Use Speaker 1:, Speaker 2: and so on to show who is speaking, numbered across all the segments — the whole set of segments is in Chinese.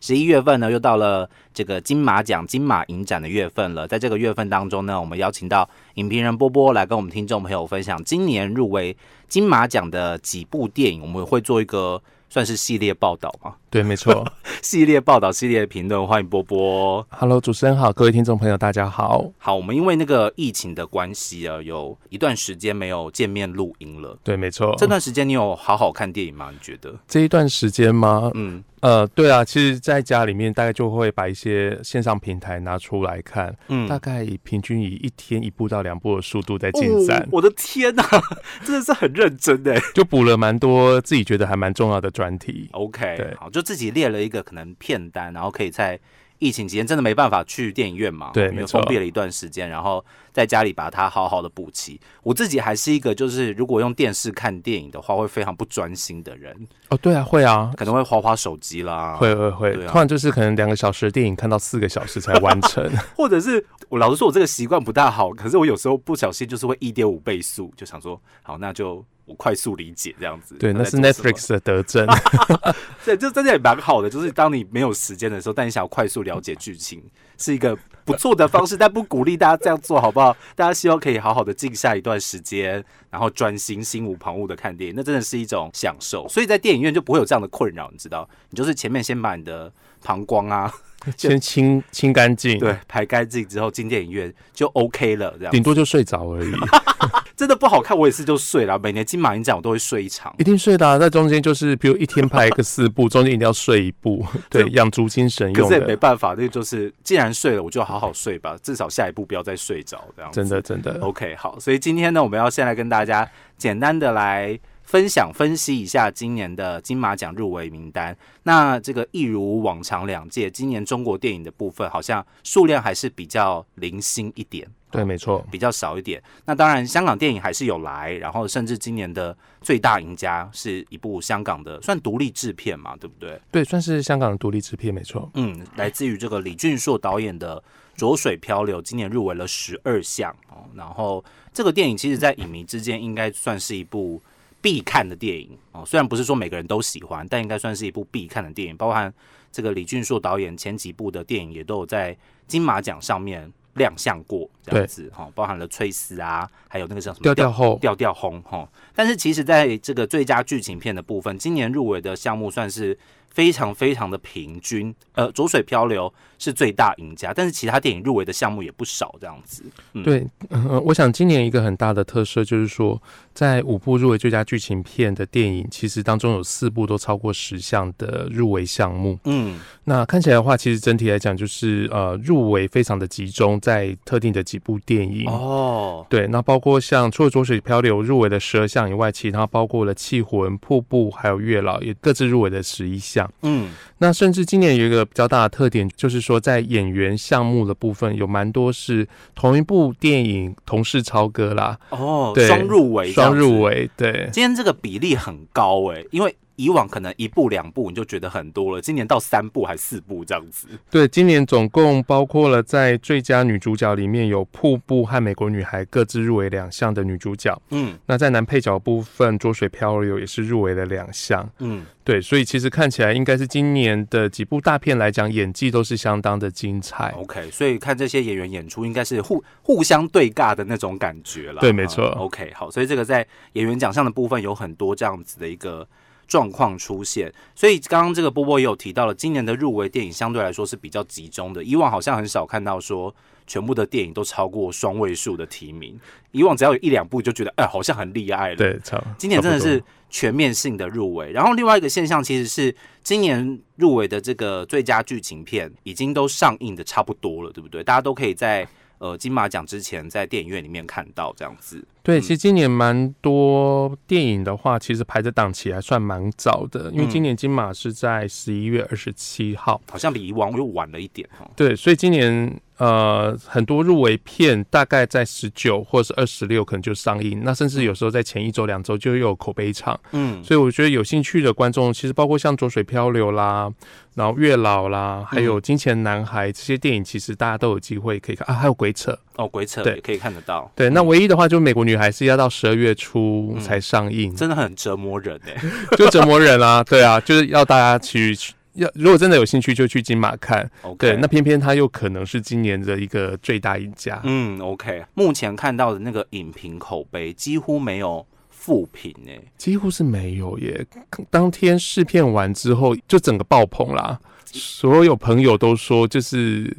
Speaker 1: 十一月份呢，又到了这个金马奖、金马影展的月份了。在这个月份当中呢，我们邀请到影评人波波来跟我们听众朋友分享今年入围金马奖的几部电影，我们会做一个算是系列报道嘛，
Speaker 2: 对，没错。
Speaker 1: 系列报道、系列评论。欢迎波波。
Speaker 2: Hello，主持人好，各位听众朋友，大家好。
Speaker 1: 好，我们因为那个疫情的关系啊，有一段时间没有见面录音了。
Speaker 2: 对，没错。
Speaker 1: 这段时间你有好好看电影吗？你觉得？
Speaker 2: 这一段时间吗？
Speaker 1: 嗯，
Speaker 2: 呃，对啊，其实在家里面大概就会把一些线上平台拿出来看，
Speaker 1: 嗯
Speaker 2: 大概平均以一天一部到两部的速度在进展，
Speaker 1: 哦我的天呐、 真的是很认真哎。
Speaker 2: 就补了蛮多自己觉得还蛮重要的专题。
Speaker 1: OK，
Speaker 2: 对
Speaker 1: 好，就自己列了一个可能片单，然后可以在疫情期间真的没办法去电影院嘛，
Speaker 2: 对
Speaker 1: 因为
Speaker 2: 没错
Speaker 1: 封闭了一段时间，然后在家里把它好好的补齐。我自己还是一个就是如果用电视看电影的话，会非常不专心的人，
Speaker 2: 哦，对啊，会啊，
Speaker 1: 可能会划划手机啦，
Speaker 2: 会会会，
Speaker 1: 对啊
Speaker 2: 突然就是可能两个小时的电影看到四个小时才完 成，
Speaker 1: 或者是我老实说，我这个习惯不大好，可是我有时候不小心就是会一点五倍速，就想说好，那就我快速理解这样子。
Speaker 2: 对，
Speaker 1: 他
Speaker 2: 那
Speaker 1: 在
Speaker 2: 是
Speaker 1: 做什么
Speaker 2: Netflix 的德 政。
Speaker 1: 对，这真的也蛮好的，就是当你没有时间的时候，但你想要快速了解剧情，是一个不错的方式，但不鼓励大家这样做，好不好？大家希望可以好好的静下一段时间，然后专心、心无旁骛的看电影，那真的是一种享受。所以在电影院就不会有这样的困扰，你知道，你就是前面先把你的膀胱啊，
Speaker 2: 先清清干净，
Speaker 1: 对，，排干净之后进电影院就 OK 了，这样
Speaker 2: 顶多就睡着而已，
Speaker 1: 真的不好看，我也是就睡了。每年金马影展我都会睡一场
Speaker 2: 一。定睡的、啊。在中间就是，比如一天拍个四部，中间一定要睡一 部，对
Speaker 1: 这，
Speaker 2: 养足精神
Speaker 1: 可
Speaker 2: 用
Speaker 1: 是也没
Speaker 2: 的。
Speaker 1: 办法，那就是既然睡了，我就好好睡吧，至少下一步不要再睡着这样子。
Speaker 2: 真的真的，
Speaker 1: OK，好，所以今天呢，我们要先来跟大家简单的来分享分析一下今年的金马奖入围名单。那这个一如往常两届，今年中国电影的部分好像数量还是比较零星一点，
Speaker 2: 对，没错，
Speaker 1: 比较少一点。那当然，香港电影还是有来，然后甚至今年的最大赢家是一部香港的算独立制片嘛，对不对？
Speaker 2: 对，算是香港的独立制片，没错。
Speaker 1: 嗯，来自于这个李俊硕导演的《浊水漂流》，今年入围了十二项哦。然后这个电影其实，在影迷之间应该算是一部必看的电影哦。虽然不是说每个人都喜欢，但应该算是一部必看的电影。包含这个李俊硕导演前几部的电影也都有在金马奖上面亮相过，这样子哈、哦，包含了《翠丝》啊，还有那个叫什么
Speaker 2: 调调后，
Speaker 1: 调调轰哈。但是其实在这个最佳剧情片的部分，今年入围的项目算是非常非常的平均。呃，《浊水漂流》是最大赢家，但是其他电影入围的项目也不少，这样子。嗯
Speaker 2: 对，呃，我想今年一个很大的特色就是说，在五部入围最佳剧情片的电影，其实当中有四部都超过十项的入围项目。
Speaker 1: 嗯，
Speaker 2: 那看起来的话，其实整体来讲就是呃，入围非常的集中在特定的几部电影。
Speaker 1: 哦，
Speaker 2: 对，那包括像除了《浊水漂流》入围的十二项以外，其他包括了《气魂》《瀑布》还有《月老》，也各自入围的十一项。
Speaker 1: 嗯，
Speaker 2: 那甚至今年有一个比较大的特点，就是说在演员项目的部分，有蛮多是同一部电影同事超歌啦，
Speaker 1: 哦，
Speaker 2: 对
Speaker 1: 双入围，
Speaker 2: 双入
Speaker 1: 围。
Speaker 2: 围，对
Speaker 1: 今天这个比例很高诶、因为以往可能一部两部你就觉得很多了，今年到三部还四部这样子。
Speaker 2: 对。今年总共包括了在最佳女主角里面有《瀑布》和《美国女孩》各自入围两项的女主角，
Speaker 1: 嗯
Speaker 2: 那在男配角部分，《浊水漂流》也是入围了两项。
Speaker 1: 嗯，
Speaker 2: 对，所以其实看起来应该是今年的几部大片来讲，演技都是相当的精彩。
Speaker 1: OK，所以看这些演员演出，应该是互互相对尬的那种感觉了。
Speaker 2: 对没错
Speaker 1: 嗯 OK，好，所以这个在演员奖项的部分有很多这样子的一个状况出现。所以刚刚这个波波也有提到了，今年的入围电影相对来说是比较集中的，以往好像很少看到说全部的电影都超过双位数的提名，以往只要有一两部就觉得哎、好像很厉害了。
Speaker 2: 对，差
Speaker 1: 今年真的
Speaker 2: 差不
Speaker 1: 是
Speaker 2: 多
Speaker 1: 全面性的入围。然后另外一个现象其实是今年入围的这个最佳剧情片已经都上映的差不多了，对不对？大家都可以在呃金马奖之前在电影院里面看到这样子。
Speaker 2: 对。其实今年蛮多电影的话，其实排的档期还算蛮早的，因为今年金马是在十一月二十七号。
Speaker 1: 好像比以往又晚了一点哦。
Speaker 2: 对，所以今年呃很多入围片大概在十九或是二十六可能就上映，那甚至有时候在前一周、两周就又有口碑场。
Speaker 1: 嗯，
Speaker 2: 所以我觉得有兴趣的观众，其实包括像《浊水漂流》啦，然后《月老》啦，还有《金钱男孩》这些电影，其实大家都有机会可以看啊，还有《鬼扯》。
Speaker 1: 哦，鬼扯
Speaker 2: 对
Speaker 1: 也可以看得到，
Speaker 2: 对，那唯一的话就是《美国女孩》是要到十二月初才上映，
Speaker 1: 真的很折磨人哎、
Speaker 2: 就折磨人啊，对啊，就是要大家去要如果真的有兴趣，就去金马看。
Speaker 1: OK，
Speaker 2: 对，那偏偏它又可能是今年的一个最大赢家。
Speaker 1: 嗯，OK，目前看到的那个影评口碑几乎没有负评欸诶，
Speaker 2: 几乎是没有耶。当天试片完之后，就整个爆棚啦，所有朋友都说就是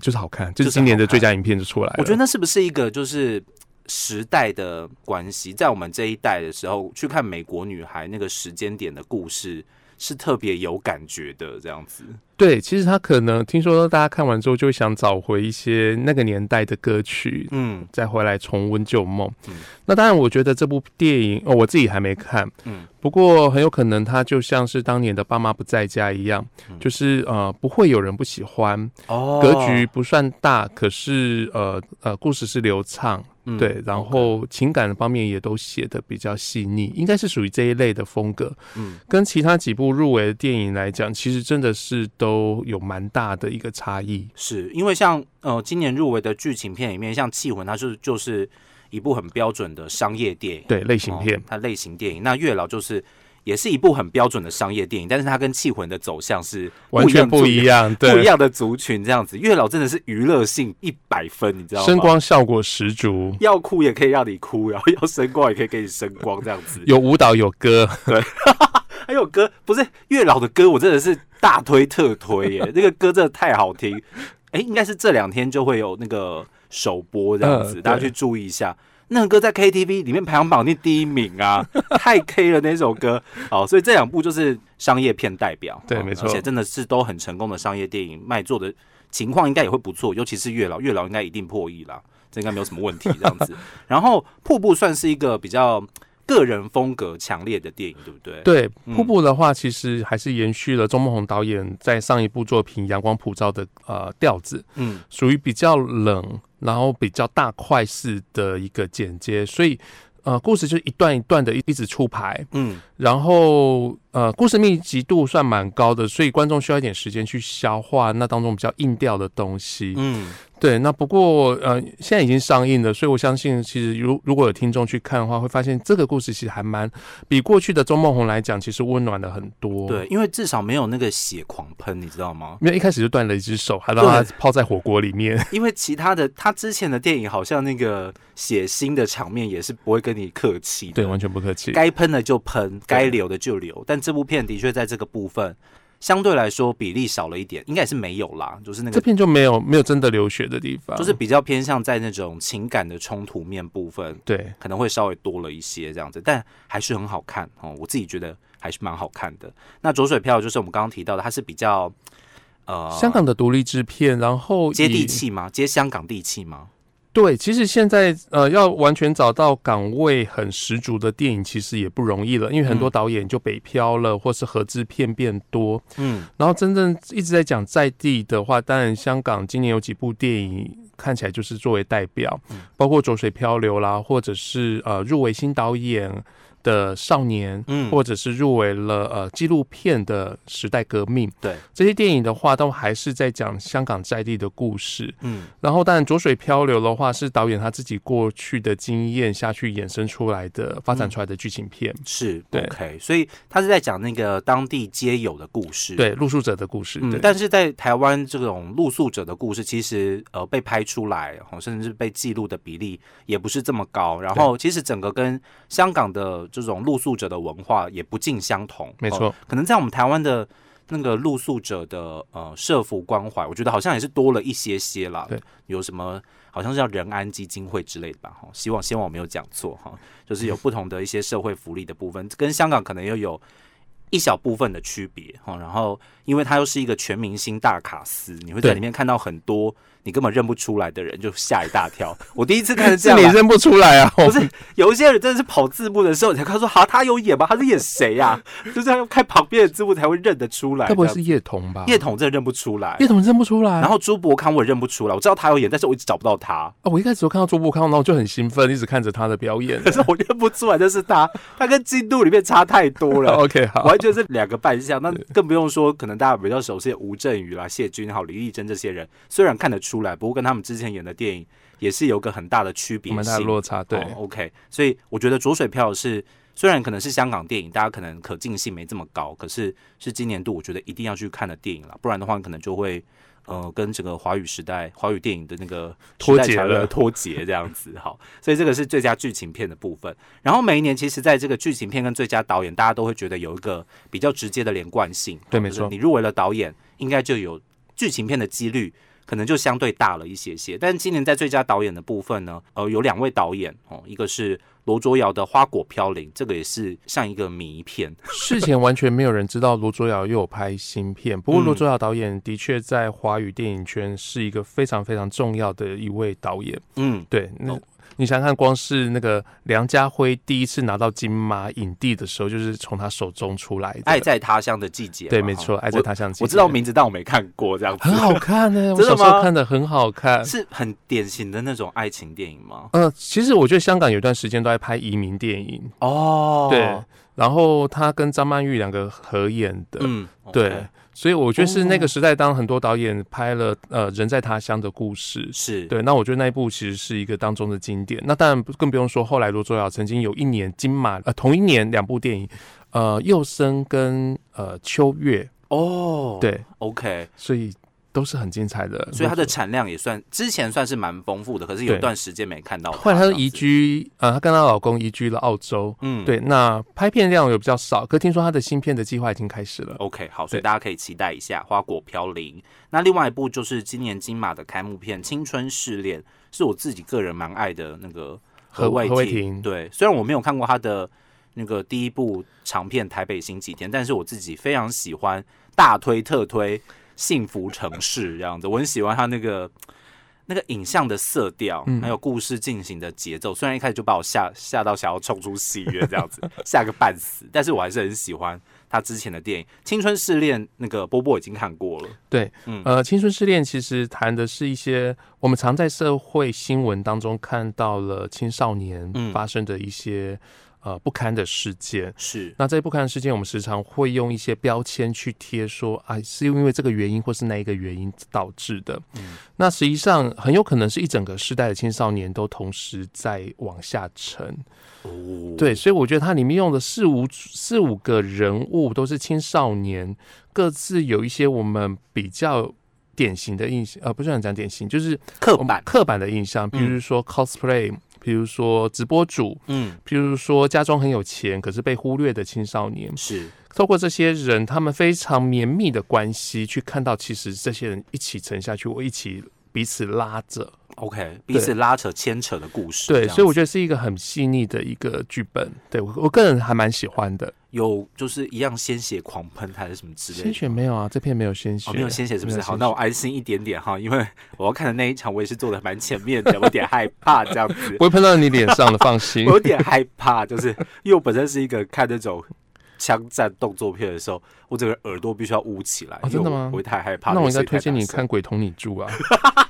Speaker 2: 就是好看，就是今年的最佳影片就出来了。
Speaker 1: 我觉得那是不是一个就是时代的关系？在我们这一代的时候，去看《美国女孩》那个时间点的故事是特别有感觉的，这样子。
Speaker 2: 对，其实他可能听说大家看完之后就会想找回一些那个年代的歌曲，
Speaker 1: 嗯
Speaker 2: 再回来重温旧梦。
Speaker 1: 嗯
Speaker 2: 那当然，我觉得这部电影哦，我自己还没看，
Speaker 1: 嗯
Speaker 2: 不过很有可能它就像是当年的《爸妈不在家》一样，
Speaker 1: 嗯
Speaker 2: 就是呃不会有人不喜欢，
Speaker 1: 哦
Speaker 2: 格局不算大，可是呃呃故事是流畅，
Speaker 1: 嗯
Speaker 2: 对，然后情感方面也都写的比较细腻，应该是属于这一类的风格。
Speaker 1: 嗯
Speaker 2: 跟其他几部入围的电影来讲，其实真的是都有蛮大的一个差异。
Speaker 1: 是因为像呃今年入围的剧情片里面，像《气魂》，它就是就是一部很标准的商业电影。
Speaker 2: 对，类型片
Speaker 1: 哦，它类型电影。那月老就是也是一部很标准的商业电影，但是它跟《气魂》的走向是
Speaker 2: 完全
Speaker 1: 不
Speaker 2: 不
Speaker 1: 一
Speaker 2: 一
Speaker 1: 样
Speaker 2: 样，
Speaker 1: 族不一
Speaker 2: 对，
Speaker 1: 样的族群这样子。月老真的是娱乐性一百分，你知道吗？
Speaker 2: 声光效果十足，
Speaker 1: 要哭也可以让你哭，然后要声光也可以给你声光这样子。
Speaker 2: 有舞蹈有 歌，
Speaker 1: 还有歌，不是月老的歌，我真的是大推特推 耶，那个歌真的太好听。哎、应该是这两天就会有那个首播这样子，
Speaker 2: 嗯
Speaker 1: 大家去注意一下。那个歌在 KTV 里面排行榜第第一名 啊，太 K 了那首歌。好，所以这两部就是商业片代表，
Speaker 2: 对
Speaker 1: 哦
Speaker 2: 没错
Speaker 1: 而且真的是都很成功的商业电影，卖座的情况应该也会不错，尤其是月老，月老应该一定破亿啦，这应该没有什么问题这样 子。然后瀑布算是一个比较个人风格强烈的电影，对不对？
Speaker 2: 对，
Speaker 1: 嗯
Speaker 2: 瀑布的话，其实还是延续了钟孟宏导演在上一部作品《阳光普照》的呃调子，
Speaker 1: 嗯，
Speaker 2: 属于比较冷，然后比较大块式的一个剪接，所以呃，故事就是一段一段的一一直出牌，
Speaker 1: 嗯
Speaker 2: 然后呃，故事密集度算蛮高的，所以观众需要一点时间去消化那当中比较硬调的东西。
Speaker 1: 嗯，
Speaker 2: 对，那不过呃，现在已经上映了，所以我相信，其实如如果有听众去看的话，会发现这个故事其实还蛮比过去的《周梦红》来讲，其实温暖了很多。，
Speaker 1: 对，因为至少没有那个血狂喷，你知道 吗？
Speaker 2: 因为一开始就断了一只手，还让他泡在火锅里面。
Speaker 1: 因为其他的他之前的电影好像那个血腥的场面也是不会跟你客气的，
Speaker 2: 对，完全不客气。
Speaker 1: 该喷的就喷，该流的就流。但这部片的确在这个部分相对来说比例少了一点，应该也是没有啦，就是那
Speaker 2: 这
Speaker 1: 个
Speaker 2: 片啊就没有没有真的流血的地方，
Speaker 1: 就是比较偏向在那种情感的冲突面部分，
Speaker 2: 对。
Speaker 1: 可能会稍微多了一些这样子，但还是很好看哦，我自己觉得还是蛮好看的。那左水票就是我们刚刚提到的，它是比较呃
Speaker 2: 香港的独立制片，然后
Speaker 1: 接
Speaker 2: 以
Speaker 1: 地。气吗？接香港地气吗？
Speaker 2: 对，其实现在呃，要完全找到岗位很十足的电影，其实也不容易了，因为很多
Speaker 1: 嗯
Speaker 2: 导演就北漂了，或是合资片变多。
Speaker 1: 嗯
Speaker 2: 然后真正一直在讲在地的话，当然香港今年有几部电影看起来就是作为代表，
Speaker 1: 嗯
Speaker 2: 包括《浊水漂流》啦，或者是呃入围新导演的《少年》。
Speaker 1: 嗯
Speaker 2: 或者是入围了呃纪录片的时代革命，
Speaker 1: 对
Speaker 2: 这些电影的话，都还是在讲香港在地的故事。
Speaker 1: 嗯
Speaker 2: 然后，当然《浊水漂流》的话是导演他自己过去的经验下去衍生出来的、发
Speaker 1: 嗯
Speaker 2: 展出来的剧情片，
Speaker 1: 是
Speaker 2: 对
Speaker 1: OK，所以他是在讲那个当地街友的故事。。
Speaker 2: 对露宿者的故事。
Speaker 1: 嗯
Speaker 2: 对，
Speaker 1: 但是在台湾这种露宿者的故事，其实呃被拍出来，哦甚至是被记录的比例也不是这么高。然后其实整个跟香港的这种露宿者的文化也不尽相同。
Speaker 2: 没
Speaker 1: 哦
Speaker 2: 错，
Speaker 1: 可能在我们台湾的那个露宿者的呃社服关怀，我觉得好像也是多了一些些啦。
Speaker 2: 对，
Speaker 1: 有什么好像是叫仁安基金会之类的吧？哈，希望希望我没有讲错哈，就是有不同的一些社会福利的部分，跟香港可能又有。一小部分的区别哈，然后因为它又是一个全明星大卡司，你会在
Speaker 2: 对
Speaker 1: 里面看到很多你根本认不出来的人，就吓一大跳。我第一次看是这
Speaker 2: 是
Speaker 1: 样
Speaker 2: 你
Speaker 1: 啦，
Speaker 2: 认不出来啊？
Speaker 1: 不是有一些人真的是跑字幕的时候，你才看说哈，他有演吗？他是演谁 呀、就是要看旁边的字幕才会认得出来。
Speaker 2: 该不会
Speaker 1: 这样
Speaker 2: 是叶童吧？
Speaker 1: 叶童真的认不出来
Speaker 2: 叶，童啊认不出来。
Speaker 1: 然后朱博康我也认不出来，我知道他有演，但是我一直找不到他，
Speaker 2: 啊，我一开始都看到周步康，然后我就很兴奋，一直看着他的表演。
Speaker 1: 可 是我认不出来这是他，他跟进度里面差太多 了。
Speaker 2: OK，好，哦
Speaker 1: 完全是两个扮相，那更不用说，可能大家比较熟悉的吴镇宇啦、谢君豪、李丽珍这些人，虽然看得出来，不过跟他们之前演的电影也是有个很大的区别
Speaker 2: 蛮大的
Speaker 1: 性。
Speaker 2: 落差，对
Speaker 1: 哦、，OK，所以我觉得浊水票是虽然可能是香港电影，大家可能可进性没这么高，可是是今年度我觉得一定要去看的电影啦，不然的话你可能就会呃跟整个华语时代、华语电影的那个
Speaker 2: 脱节
Speaker 1: 时代潮流
Speaker 2: 了
Speaker 1: 脱节这样子。好，所以这个是最佳剧情片的部分。然后每一年其实在这个剧情片跟最佳导演，大家都会觉得有一个比较直接的连贯性。
Speaker 2: 对
Speaker 1: 哦
Speaker 2: 没
Speaker 1: 就是
Speaker 2: 错
Speaker 1: 你入围了导演，应该就有剧情片的几率。可能就相对大了一些些，但今年在最佳导演的部分呢，呃，有两位导演哦，一个是罗卓瑶的《花果飘零》，这个也是像一个谜片，
Speaker 2: 事前完全没有人知道罗卓瑶又有拍新片，不过
Speaker 1: 嗯
Speaker 2: 罗卓瑶导演的确在华语电影圈是一个非常非常重要的一位导演。
Speaker 1: 嗯，
Speaker 2: 对，那
Speaker 1: 哦
Speaker 2: 你想想看，光是那个梁家辉第一次拿到金马影帝的时候，就是从他手中出来的。
Speaker 1: 《爱在他乡的季节》
Speaker 2: 对，
Speaker 1: 嘛
Speaker 2: 没错，
Speaker 1: 哦
Speaker 2: 爱在他乡。
Speaker 1: 我，我知道名字，但我没看过，这样子
Speaker 2: 很好看呢、我
Speaker 1: 真的
Speaker 2: 小时候
Speaker 1: 吗
Speaker 2: 看的很好看。
Speaker 1: 是很典型的那种爱情电影吗？
Speaker 2: 呃，其实我觉得香港有一段时间都在拍移民电影，
Speaker 1: 哦
Speaker 2: 对。然后他跟张曼玉两个合演的，
Speaker 1: 嗯，
Speaker 2: 对
Speaker 1: OK，，
Speaker 2: 所以我觉得是那
Speaker 1: 哦
Speaker 2: 个时代，当很多导演拍了呃人在他乡的故事，
Speaker 1: 是，
Speaker 2: 对，那我觉得那一部其实是一个当中的经典。那当然不更不用说，后来罗卓瑶曾经有一年金马呃同一年两部电影，呃《幼生》跟呃《秋月》，
Speaker 1: 哦，
Speaker 2: 对，
Speaker 1: ，OK，
Speaker 2: 所以都是很精彩的。
Speaker 1: 所以它的产量也算之前算是蛮丰富的，可是有
Speaker 2: 对
Speaker 1: 段时间没看到它。
Speaker 2: 后来她
Speaker 1: 这
Speaker 2: 就
Speaker 1: 样
Speaker 2: 移
Speaker 1: 子，
Speaker 2: 居呃，她跟她老公移居了澳洲。
Speaker 1: 嗯，
Speaker 2: 对，那拍片量有比较少，可听说她的新片的计划已经开始了。
Speaker 1: OK，好，所以
Speaker 2: 对
Speaker 1: 大家可以期待一下《花果飘零》。那另外一部就是今年金马的开幕片《青春试恋》，是我自己个人蛮爱的那个
Speaker 2: 何
Speaker 1: 魏
Speaker 2: 何
Speaker 1: 魏
Speaker 2: 蔚婷
Speaker 1: 对，虽然我没有看过他的那个第一部长片《台北星期天》，但是我自己非常喜欢，大推特推《幸福城市》这样子。我很喜欢他那个那个影像的色调，
Speaker 2: 嗯
Speaker 1: 还有故事进行的节奏。虽然一开始就把我吓吓到想要冲出戏院这样子， 吓个半死，但是我还是很喜欢他之前的电影《青春试恋》。那个波波已经看过了，
Speaker 2: 对，
Speaker 1: 嗯
Speaker 2: 呃，青春试恋其实谈的是一些我们常在社会新闻当中看到了青少年
Speaker 1: 嗯
Speaker 2: 发生的一些、呃不堪的事件。
Speaker 1: 是
Speaker 2: 那在不堪的事件，我们时常会用一些标签去贴说，啊，是因为这个原因或是那一个原因导致的。
Speaker 1: 嗯
Speaker 2: 那实际上很有可能是一整个世代的青少年都同时在往下沉。
Speaker 1: 哦，
Speaker 2: 对，所以我觉得它里面用的四五四五个人物都是青少年，各自有一些我们比较典型的印象，呃，不是很讲典型，就是
Speaker 1: 刻
Speaker 2: 我们
Speaker 1: 板，
Speaker 2: 刻板的印象，比如说 cosplay，、比如说直播主，
Speaker 1: 嗯，
Speaker 2: 比如说家中很有钱可是被忽略的青少年。
Speaker 1: 是
Speaker 2: 透过这些人，他们非常绵密的关系，去看到其实这些人一起沉下去，我一起彼此拉着。
Speaker 1: OK，彼此拉扯牵扯的故事这样
Speaker 2: 对，
Speaker 1: 子。
Speaker 2: 所以我觉得是一个很细腻的一个剧本。对我我个人还蛮喜欢的。
Speaker 1: 有就是一样鲜血狂喷还是什么之类
Speaker 2: 鲜
Speaker 1: 的。
Speaker 2: 血没有啊，这片没有鲜血，
Speaker 1: 哦，没有鲜血是不
Speaker 2: 没
Speaker 1: 是？
Speaker 2: 有
Speaker 1: 好，
Speaker 2: 鲜
Speaker 1: 那
Speaker 2: 血
Speaker 1: 我安心一点点哈，因为我要看的那一场我也是坐的蛮前面的，我有点害怕这样 子，
Speaker 2: 不会喷到你脸 上的，放心
Speaker 1: 我。有点害怕，就是因为我本身是一个看那种枪战动作片的时候，我整个耳朵必须要捂起来，
Speaker 2: 哦
Speaker 1: 因为
Speaker 2: 真的
Speaker 1: 我
Speaker 2: 吗
Speaker 1: 我会太害怕。
Speaker 2: 那我
Speaker 1: 如果
Speaker 2: 应
Speaker 1: 声音太
Speaker 2: 该推荐
Speaker 1: 大
Speaker 2: 你
Speaker 1: 声
Speaker 2: 看《鬼同你住》啊，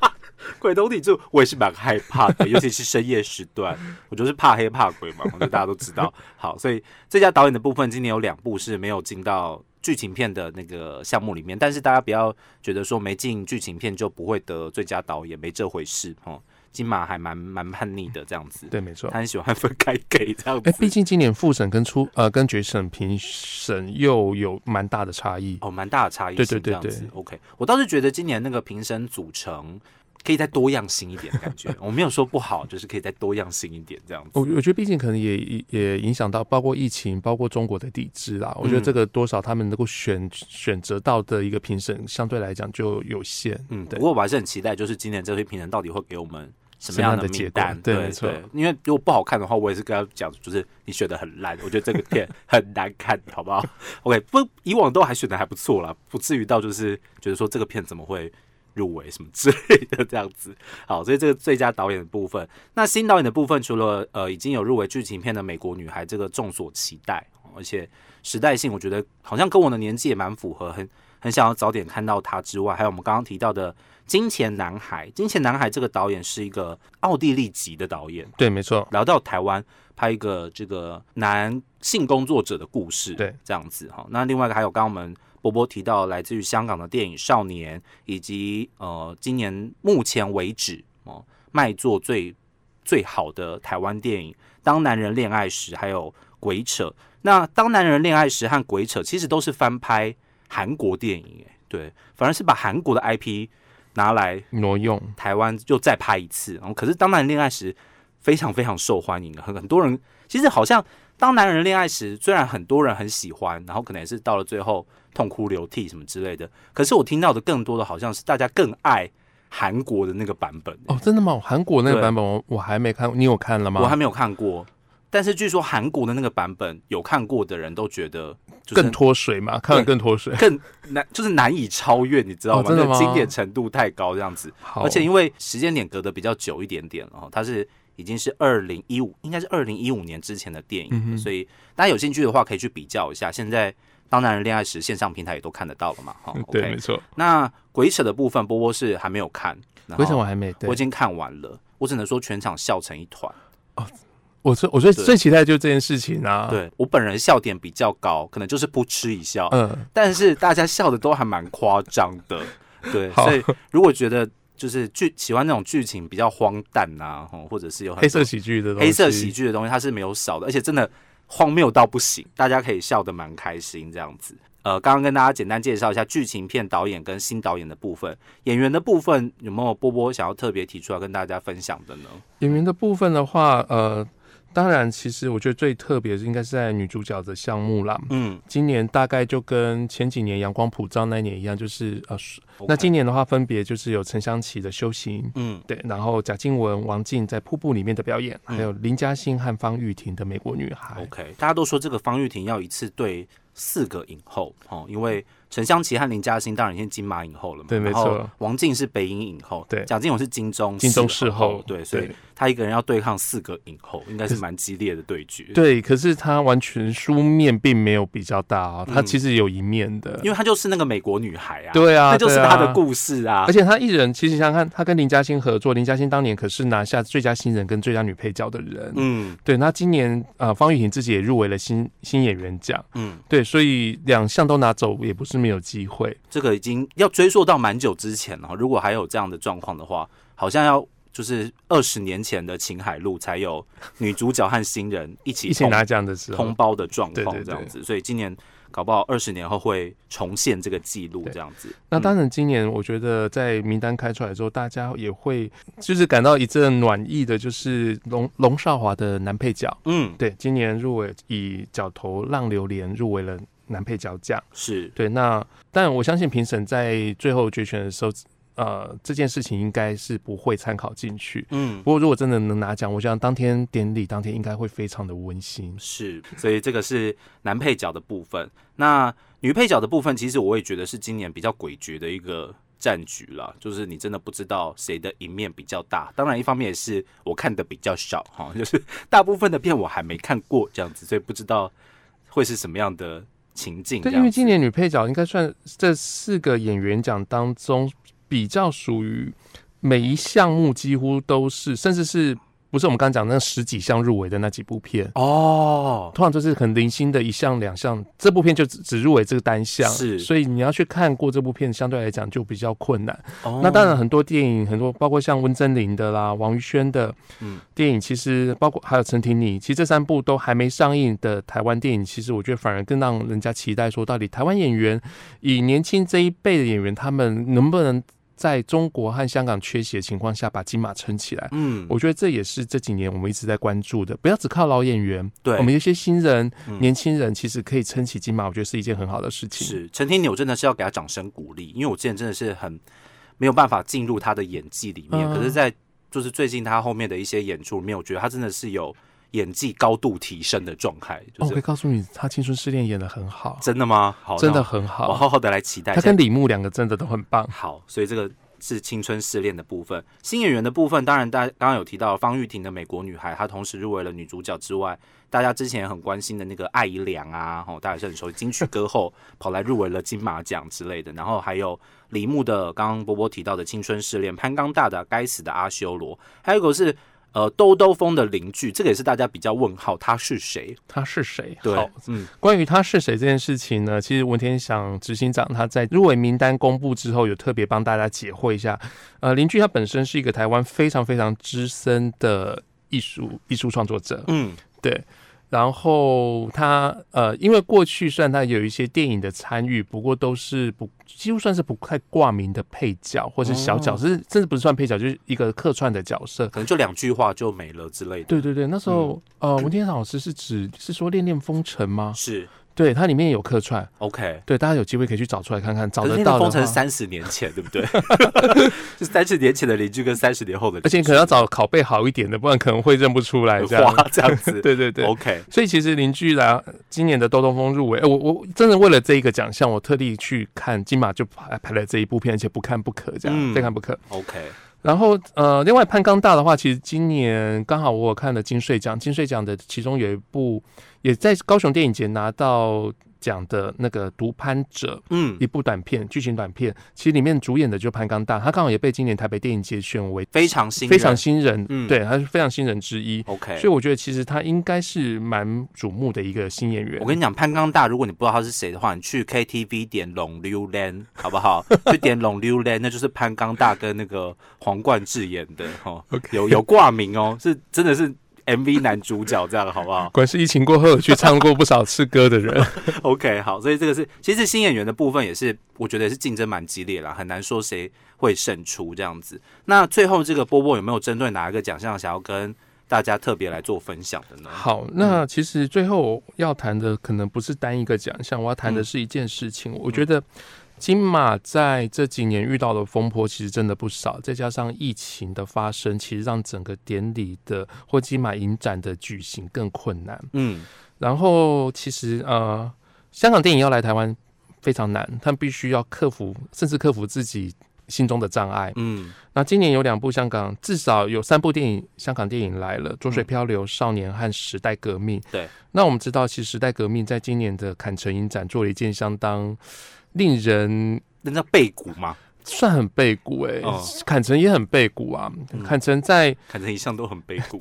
Speaker 1: 鬼东西就我也是蛮害怕的， 尤其是深夜时段，我就是怕黑怕鬼嘛，我觉得大家都知道。好，所以最佳导演的部分，今年有两部是没有进到剧情片的那个项目里面，但是大家不要觉得说没进剧情片就不会得最佳导演，没这回事哦。金马还蛮蛮叛逆的这样子，
Speaker 2: 对，没错
Speaker 1: 他。很喜欢分开给这样
Speaker 2: 哎，
Speaker 1: 子
Speaker 2: 毕。竟今年复审跟初呃跟决审评审又有蛮大的差异。
Speaker 1: 哦，蛮大的差异
Speaker 2: 对
Speaker 1: 性
Speaker 2: 对
Speaker 1: 这
Speaker 2: 对
Speaker 1: 样子。
Speaker 2: 对
Speaker 1: OK，我倒是觉得今年那个评审组成可以再多样性一点的感觉，我没有说不好，就是可以再多样性一点这样子。
Speaker 2: 我我觉得，毕竟可能也也也影响到，包括疫情，包括中国的地支
Speaker 1: 嗯
Speaker 2: 啦。我觉得这个多少他们能够选选择到的一个评审，相对来讲就有限。
Speaker 1: 嗯，不
Speaker 2: 对
Speaker 1: 过我还是很期待，就是今年这批评人到底会给我们什么
Speaker 2: 什么
Speaker 1: 样
Speaker 2: 样的
Speaker 1: 名
Speaker 2: 结
Speaker 1: 单？
Speaker 2: 果对
Speaker 1: 对
Speaker 2: 没错
Speaker 1: 因为如果不好看的话，我也是跟他讲，就是你选的很烂，我觉得这个片很难看，好不好？OK，不， 以往都还选的还不错啦，不至于到就是觉得说这个片怎么会。入围什么之类的这样子，好，所以这个最佳导演的部分，那新导演的部分，除了呃已经有入围剧情片的《美国女孩》这个众所期待，哦而且时代性，我觉得好像跟我的年纪也蛮符合，很很想要早点看到他之外，还有我们刚刚提到的《金钱男孩》，《金钱男孩》这个导演是一个奥地利籍的导演，
Speaker 2: 对，没错。
Speaker 1: 来到台湾拍一个这个男性工作者的故事，
Speaker 2: 对，
Speaker 1: 这样子哈。那另外一个还有刚刚我们波波提到来自于香港的电影《少年》，以及呃，今年目前为止哦卖座最最好的台湾电影《当男人恋爱时》，还有。鬼扯》。那《当男人恋爱时》和《鬼扯》其实都是翻拍韩国电影，哎，对，反而是把韩国的 IP 拿来
Speaker 2: 挪用。
Speaker 1: 台湾又再拍一次。然后，可是《当男人恋爱时》非常非常受欢迎，很很多人其实好像《当男人恋爱时》虽然很多人很喜欢，然后可能也是到了最后痛哭流涕什么之类的，可是我听到的更多的好像是大家更爱韩国的那个版本。
Speaker 2: 哦，真的吗？韩国那个
Speaker 1: 对
Speaker 2: 版本我我还没看，你有看了吗？
Speaker 1: 我还没有看过，但是据说韩国的那个版本有看过的人都觉得就是
Speaker 2: 更脱水嘛，看了更脱水。
Speaker 1: 更难，就是难以超越，你知道
Speaker 2: 哦
Speaker 1: 吗？
Speaker 2: 真的
Speaker 1: 那个
Speaker 2: 吗
Speaker 1: 经典程度太高这样子。
Speaker 2: 好，
Speaker 1: 而且因为时间点隔得比较久一点点了哦，它是已经是二零一五，应该是二零一五年之前的电影了，
Speaker 2: 嗯哼
Speaker 1: 所以大家有兴趣的话可以去比较一下。现在《当男人恋爱时》线上平台也都看得到了嘛，哈、
Speaker 2: 嗯
Speaker 1: o
Speaker 2: 对，
Speaker 1: k
Speaker 2: 没错，
Speaker 1: 那鬼扯的部分，波波是还没有看，然后
Speaker 2: 为什么我还没？对
Speaker 1: 我已，经看完了，我只能说全场笑成一团。
Speaker 2: 我最我最
Speaker 1: 对
Speaker 2: 最期待的就是这件事情啊。，
Speaker 1: 对我本人笑点比较高，可能就是不嗤一笑，
Speaker 2: 嗯，
Speaker 1: 但是大家笑的都还蛮夸张的， 对，
Speaker 2: 好
Speaker 1: 所以如果觉得就是剧喜欢那种剧情比较荒诞啊，吼或者是有很
Speaker 2: 黑色
Speaker 1: 多
Speaker 2: 喜剧的东西
Speaker 1: 黑色喜剧的东西，它是没有少的，而且真的荒谬到不行，大家可以笑得蛮开心这样子。呃，刚刚跟大家简单介绍一下剧情片导演跟新导演的部分，演员的部分有没有波波想要特别提出来跟大家分享的呢？
Speaker 2: 演员的部分的话，呃，当然，其实我觉得最特别的应该是在女主角的项目啦。
Speaker 1: 嗯，
Speaker 2: 今年大概就跟前几年《阳光普照》那一年一样，就是呃，那
Speaker 1: OK
Speaker 2: 今年的话，分别就是有陈湘琪的修行，
Speaker 1: 嗯
Speaker 2: 对，然后贾静雯、王静在《瀑布》里面的表演，
Speaker 1: 嗯
Speaker 2: 还有林嘉欣和方玉婷的《美国女孩》。
Speaker 1: OK，大家都说这个方玉婷要一次对四个影后哦，因为陈湘琪和林嘉欣当然已经金马影后了嘛，
Speaker 2: 对没
Speaker 1: 然后
Speaker 2: 错
Speaker 1: 王静是北影影后，
Speaker 2: 对
Speaker 1: 蒋劲勇是金钟
Speaker 2: 金钟
Speaker 1: 视
Speaker 2: 视后
Speaker 1: 对，所以
Speaker 2: 对
Speaker 1: 她一个人要对抗四个影后，应该是蛮激烈的对决。，
Speaker 2: 对，可是她完全书面并没有比较大哦，她
Speaker 1: 嗯
Speaker 2: 其实有一面的，
Speaker 1: 因为她就是那个美国女孩啊，、
Speaker 2: 对啊，
Speaker 1: 那就是
Speaker 2: 对
Speaker 1: 她
Speaker 2: 啊
Speaker 1: 的故事啊
Speaker 2: 而。且她一人，其实想想看，她跟林嘉欣合作，林嘉欣当年可是拿下最佳新人跟最佳女配角的人。
Speaker 1: 嗯
Speaker 2: 对，那今年呃，方玉婷自己也入围了新新演员奖，
Speaker 1: 嗯，
Speaker 2: 对，所以两项都拿走也不是没有机会。
Speaker 1: 这个已经要追溯到蛮久之前了、哦如果还有这样的状况的话，好像要。就是二十年前的秦海璐才有女主角和新人一起
Speaker 2: 一起
Speaker 1: 同
Speaker 2: 拿奖的时
Speaker 1: 通
Speaker 2: 候，
Speaker 1: 包的状
Speaker 2: 对对
Speaker 1: 况
Speaker 2: 对
Speaker 1: 这样子，所以今年搞不好二十年后会重现这个记录这样子。
Speaker 2: 那当
Speaker 1: 嗯
Speaker 2: 然今年我觉得在名单开出来之后，大家也会就是感到一阵暖意的，就是龙龙少华的男配角，
Speaker 1: 嗯
Speaker 2: 对，今年入围以角头浪流连入围了男配角奖。
Speaker 1: 是
Speaker 2: 对，那但我相信评审在最后决选的时候，呃，这件事情应该是不会参考进去。
Speaker 1: 嗯
Speaker 2: 不过如果真的能拿奖，我想当天典礼当天应该会非常的温馨。
Speaker 1: 是，所以这个是男配角的部分。那女配角的部分，其实我也觉得是今年比较诡谲的一个战局啦，就是你真的不知道谁的赢面比较大。当然，一方面也是我看的比较少哈，就是大部分的片我还没看过这样子，所以不知道会是什么样的情境这样
Speaker 2: 对，
Speaker 1: 子。
Speaker 2: 因为今年女配角应该算这四个演员奖当中比较属于每一项目几乎都是，甚至是不是我们刚刚讲那十几项入围的那几部片，
Speaker 1: 哦，
Speaker 2: 通常就是很零星的一项两项，这部片就只只入围这个单项，
Speaker 1: 是
Speaker 2: 所以你要去看过这部片，相对来讲就比较困难。
Speaker 1: 哦
Speaker 2: 那当然，很多电影，很多包括像温真菱的啦、王宇轩的
Speaker 1: 嗯
Speaker 2: 电影，其实包括还有陈婷妮，其实这三部都还没上映的台湾电影，其实我觉得反而更让人家期待，说到底台湾演员以年轻这一辈的演员，他们能不能在中国和香港缺席的情况下把金马撑起来？
Speaker 1: 嗯，
Speaker 2: 我觉得这也是这几年我们一直在关注的，不要只靠老演员，
Speaker 1: 对
Speaker 2: 我们有一些新人、
Speaker 1: 嗯
Speaker 2: 年轻人，其实可以撑起金马，我觉得是一件很好的事情。
Speaker 1: 是陈天牛真的是要给他掌声鼓励，因为我之前真的是很没有办法进入他的演技里面，
Speaker 2: 嗯
Speaker 1: 可是，在就是最近他后面的一些演出里面，我觉得他真的是有演技高度提升的状态，
Speaker 2: 哦，
Speaker 1: 就
Speaker 2: 我可以
Speaker 1: 是
Speaker 2: 告诉你，他《青春试恋》演的很好，
Speaker 1: 真的吗？好，
Speaker 2: 真的
Speaker 1: 那
Speaker 2: 很
Speaker 1: 我我
Speaker 2: 好。
Speaker 1: 好好的来期待一
Speaker 2: 他
Speaker 1: 下
Speaker 2: 跟。李牧两个真的都很棒。
Speaker 1: 好，所以这个是青春试炼的部分。新演员的部分，当然大家刚刚有提到方玉婷的《美国女孩》，她同时入围了女主角之外，大家之前也很关心的那个艾怡良啊，吼，大家也是很熟悉金曲歌后，跑来入围了金马奖之类的。然后还有李牧的刚刚波波提到的《青春试炼》，潘刚大的《该死的阿修罗》，还有一个是。呃，兜兜风的邻居，这个也是大家比较问号，他是谁？
Speaker 2: 他是谁？
Speaker 1: 对
Speaker 2: 好，，
Speaker 1: 嗯，
Speaker 2: 关于他是谁这件事情呢，其实文天祥执行长他在入围名单公布之后，有特别帮大家解惑一下。呃，邻居他本身是一个台湾非常非常资深的艺术艺术创作者，
Speaker 1: 嗯，
Speaker 2: 然后他呃，因为过去虽然他有一些电影的参与，不过都是不几乎算是不太挂名的配角或是小角，
Speaker 1: 哦
Speaker 2: 色，甚至不是算配角，就是一个客串的角色。
Speaker 1: 可能就两句话就没了之类的。
Speaker 2: 对对对，那时候、呃，文天祥老师是指是说《恋恋风尘》吗？
Speaker 1: 是
Speaker 2: 对，它里面有客串，
Speaker 1: OK。
Speaker 2: 对，大家有机会可以去找出来看看，找
Speaker 1: 可是
Speaker 2: 得
Speaker 1: 那个
Speaker 2: 到
Speaker 1: 封
Speaker 2: 的
Speaker 1: 城
Speaker 2: 话
Speaker 1: 是。三十年前，对不 对？是三十年前的邻居跟三十年后的邻居，
Speaker 2: 而且你可能要找拷贝好一点的，不哎然可能会认不出来这 样。
Speaker 1: 花这样子。
Speaker 2: 对对对，
Speaker 1: OK，
Speaker 2: 所以其实邻居来今年的窦东风入围，呃我我真的为了这一个奖项，我特地去看金马就排排了这一部片，而且不看不可，这样、
Speaker 1: 嗯
Speaker 2: 非看不可。
Speaker 1: OK，
Speaker 2: 然后呃，另外潘刚大的话，其实今年刚好我有看了金穗奖，金穗奖的其中有一部也在高雄电影节拿到奖的那个《毒攀者》，
Speaker 1: 嗯，
Speaker 2: 一部短片剧情短片，其实里面主演的就是潘刚大，他刚好也被今年台北电影节选为
Speaker 1: 非常新人，
Speaker 2: 非常新人，
Speaker 1: 嗯
Speaker 2: 对，他是非常新人之一。
Speaker 1: OK。
Speaker 2: 所以我觉得其实他应该是蛮瞩目的一个新演员
Speaker 1: 我。跟你讲，潘刚大，如果你不知道他是谁的话，你去 KTV 点《龙溜兰》，好不好？去点《龙溜兰》，那就是潘刚大跟那个黄冠智演的哦
Speaker 2: OK
Speaker 1: 有有挂名哦，是真的是 MV 男主角这样，好不好？
Speaker 2: 果然是疫情过后有去唱过不少次歌 的人。
Speaker 1: OK，好，所以这个是其实新演员的部分也是，我觉得也是竞争蛮激烈啦，很难说谁会胜出这样子。那最后这个波波有没有针对哪一个奖项想要跟大家特别来做分享的呢？
Speaker 2: 好，那其实最后要谈的可能不是单一个奖项，我要谈的
Speaker 1: 嗯
Speaker 2: 是一件事情。我觉得金马在这几年遇到的风波其实真的不少，再加上疫情的发生，其实让整个典礼的或金马影展的举行更困难。
Speaker 1: 嗯，
Speaker 2: 然后其实呃，香港电影要来台湾非常难，他们必须要克服，甚至克服自己心中的障碍。
Speaker 1: 嗯
Speaker 2: 那今年有两部香港，至少有三部电影，香港电影来了，《浊水漂流》少年》和《时代革命》。
Speaker 1: 对，
Speaker 2: 那我们知道，其实《时代革命》在今年的坎城影展做了一件相当令人
Speaker 1: 那叫背骨吗？
Speaker 2: 算很背骨诶、
Speaker 1: 哦
Speaker 2: 坎城也很背骨啊。
Speaker 1: 嗯
Speaker 2: 坎城在
Speaker 1: 可能一向都很背骨。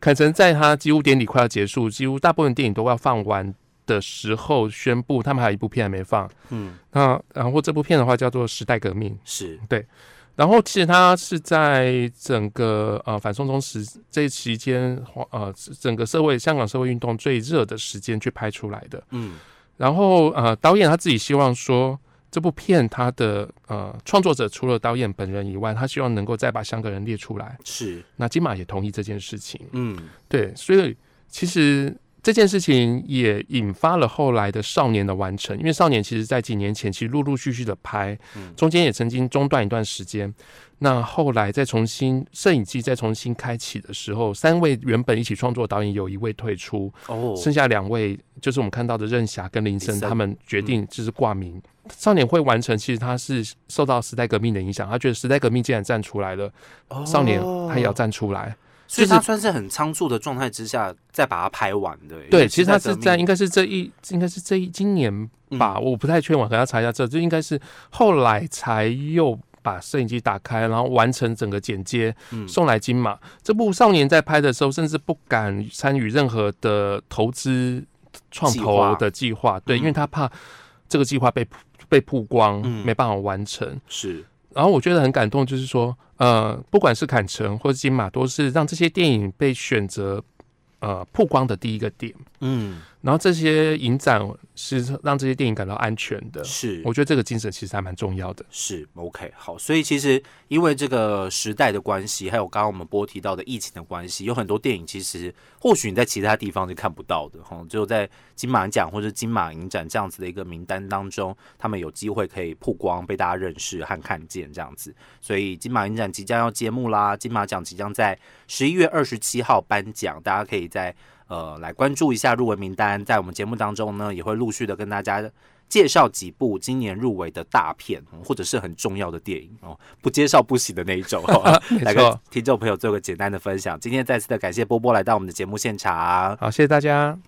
Speaker 2: 坎城在他几乎典礼快要结束，几乎大部分电影都要放完的时候，宣布他们还有一部片还没放。
Speaker 1: 嗯，
Speaker 2: 那然后这部片的话叫做《时代革命》。
Speaker 1: 是，
Speaker 2: 然后其实它是在整个呃反送中时这期间，呃整个社会香港社会运动最热的时间去拍出来的。
Speaker 1: 嗯
Speaker 2: 然后呃导演他自己希望说，这部片他的呃创作者除了导演本人以外，他希望能够再把香港人列出来。
Speaker 1: 是，
Speaker 2: 那金马也同意这件事情，
Speaker 1: 嗯
Speaker 2: 对，所以其实。这件事情也引发了后来的《少年》的完成，因为《少年》其实在几年前其实陆陆续续的拍，
Speaker 1: 嗯
Speaker 2: 中间也曾经中断一段时间。那后来再重新摄影机再重新开启的时候，三位原本一起创作导演有一位退出，
Speaker 1: 哦，
Speaker 2: 剩下两位就是我们看到的任侠跟林
Speaker 1: 林
Speaker 2: 森，
Speaker 1: 森嗯
Speaker 2: 他们决定就是挂名。少年会完成，其实他是受到时代革命的影响，他觉得时代革命既然站出来了，
Speaker 1: 哦
Speaker 2: 少年他也要，站出来。
Speaker 1: 所以
Speaker 2: 就是
Speaker 1: 他算是很仓促的状态之下再把它拍完的嗯耶。因
Speaker 2: 对，
Speaker 1: 为
Speaker 2: 其实他是
Speaker 1: 革命
Speaker 2: 在应该是这一应该是这一今年吧，我不太确定，我可能要查一下这，就应该是后来才又把摄影机打开，然后完成整个剪接，
Speaker 1: 嗯
Speaker 2: 送来金马。这部少年在拍的时候，甚至不敢参与任何的投资创投的计划，对，
Speaker 1: 嗯
Speaker 2: 因为他怕这个计划被被曝光，
Speaker 1: 嗯
Speaker 2: 没办法完成。
Speaker 1: 是
Speaker 2: 然后我觉得很感动，就是说，呃，不管是坎城或是金马，都是让这些电影被选择呃曝光的第一个点。
Speaker 1: 嗯
Speaker 2: 然后这些影展是让这些电影感到安全的，
Speaker 1: 是，
Speaker 2: 我觉得这个精神其实还蛮重要的。
Speaker 1: 是 OK 好，所以其实因为这个时代的关系，还有刚刚我们波提到的疫情的关系，有很多电影其实或许你在其他地方是看不到的哈，只有在金马奖或者金马影展这样子的一个名单当中，他们有机会可以曝光，被大家认识和看见这样子。所以金马影展即将要揭幕啦，金马奖即将在十一月二十七号颁奖，大家可以在呃来关注一下入围名单，在我们节目当中呢也会陆续的跟大家介绍几部今年入围的大片，嗯或者是很重要的电影哦，不介绍不行的那一种。哦好吧
Speaker 2: 没
Speaker 1: 来跟
Speaker 2: 错，
Speaker 1: 听众朋友做个简单的分享。今天再次的感谢波波来到我们的节目现场。
Speaker 2: 好，谢谢大家。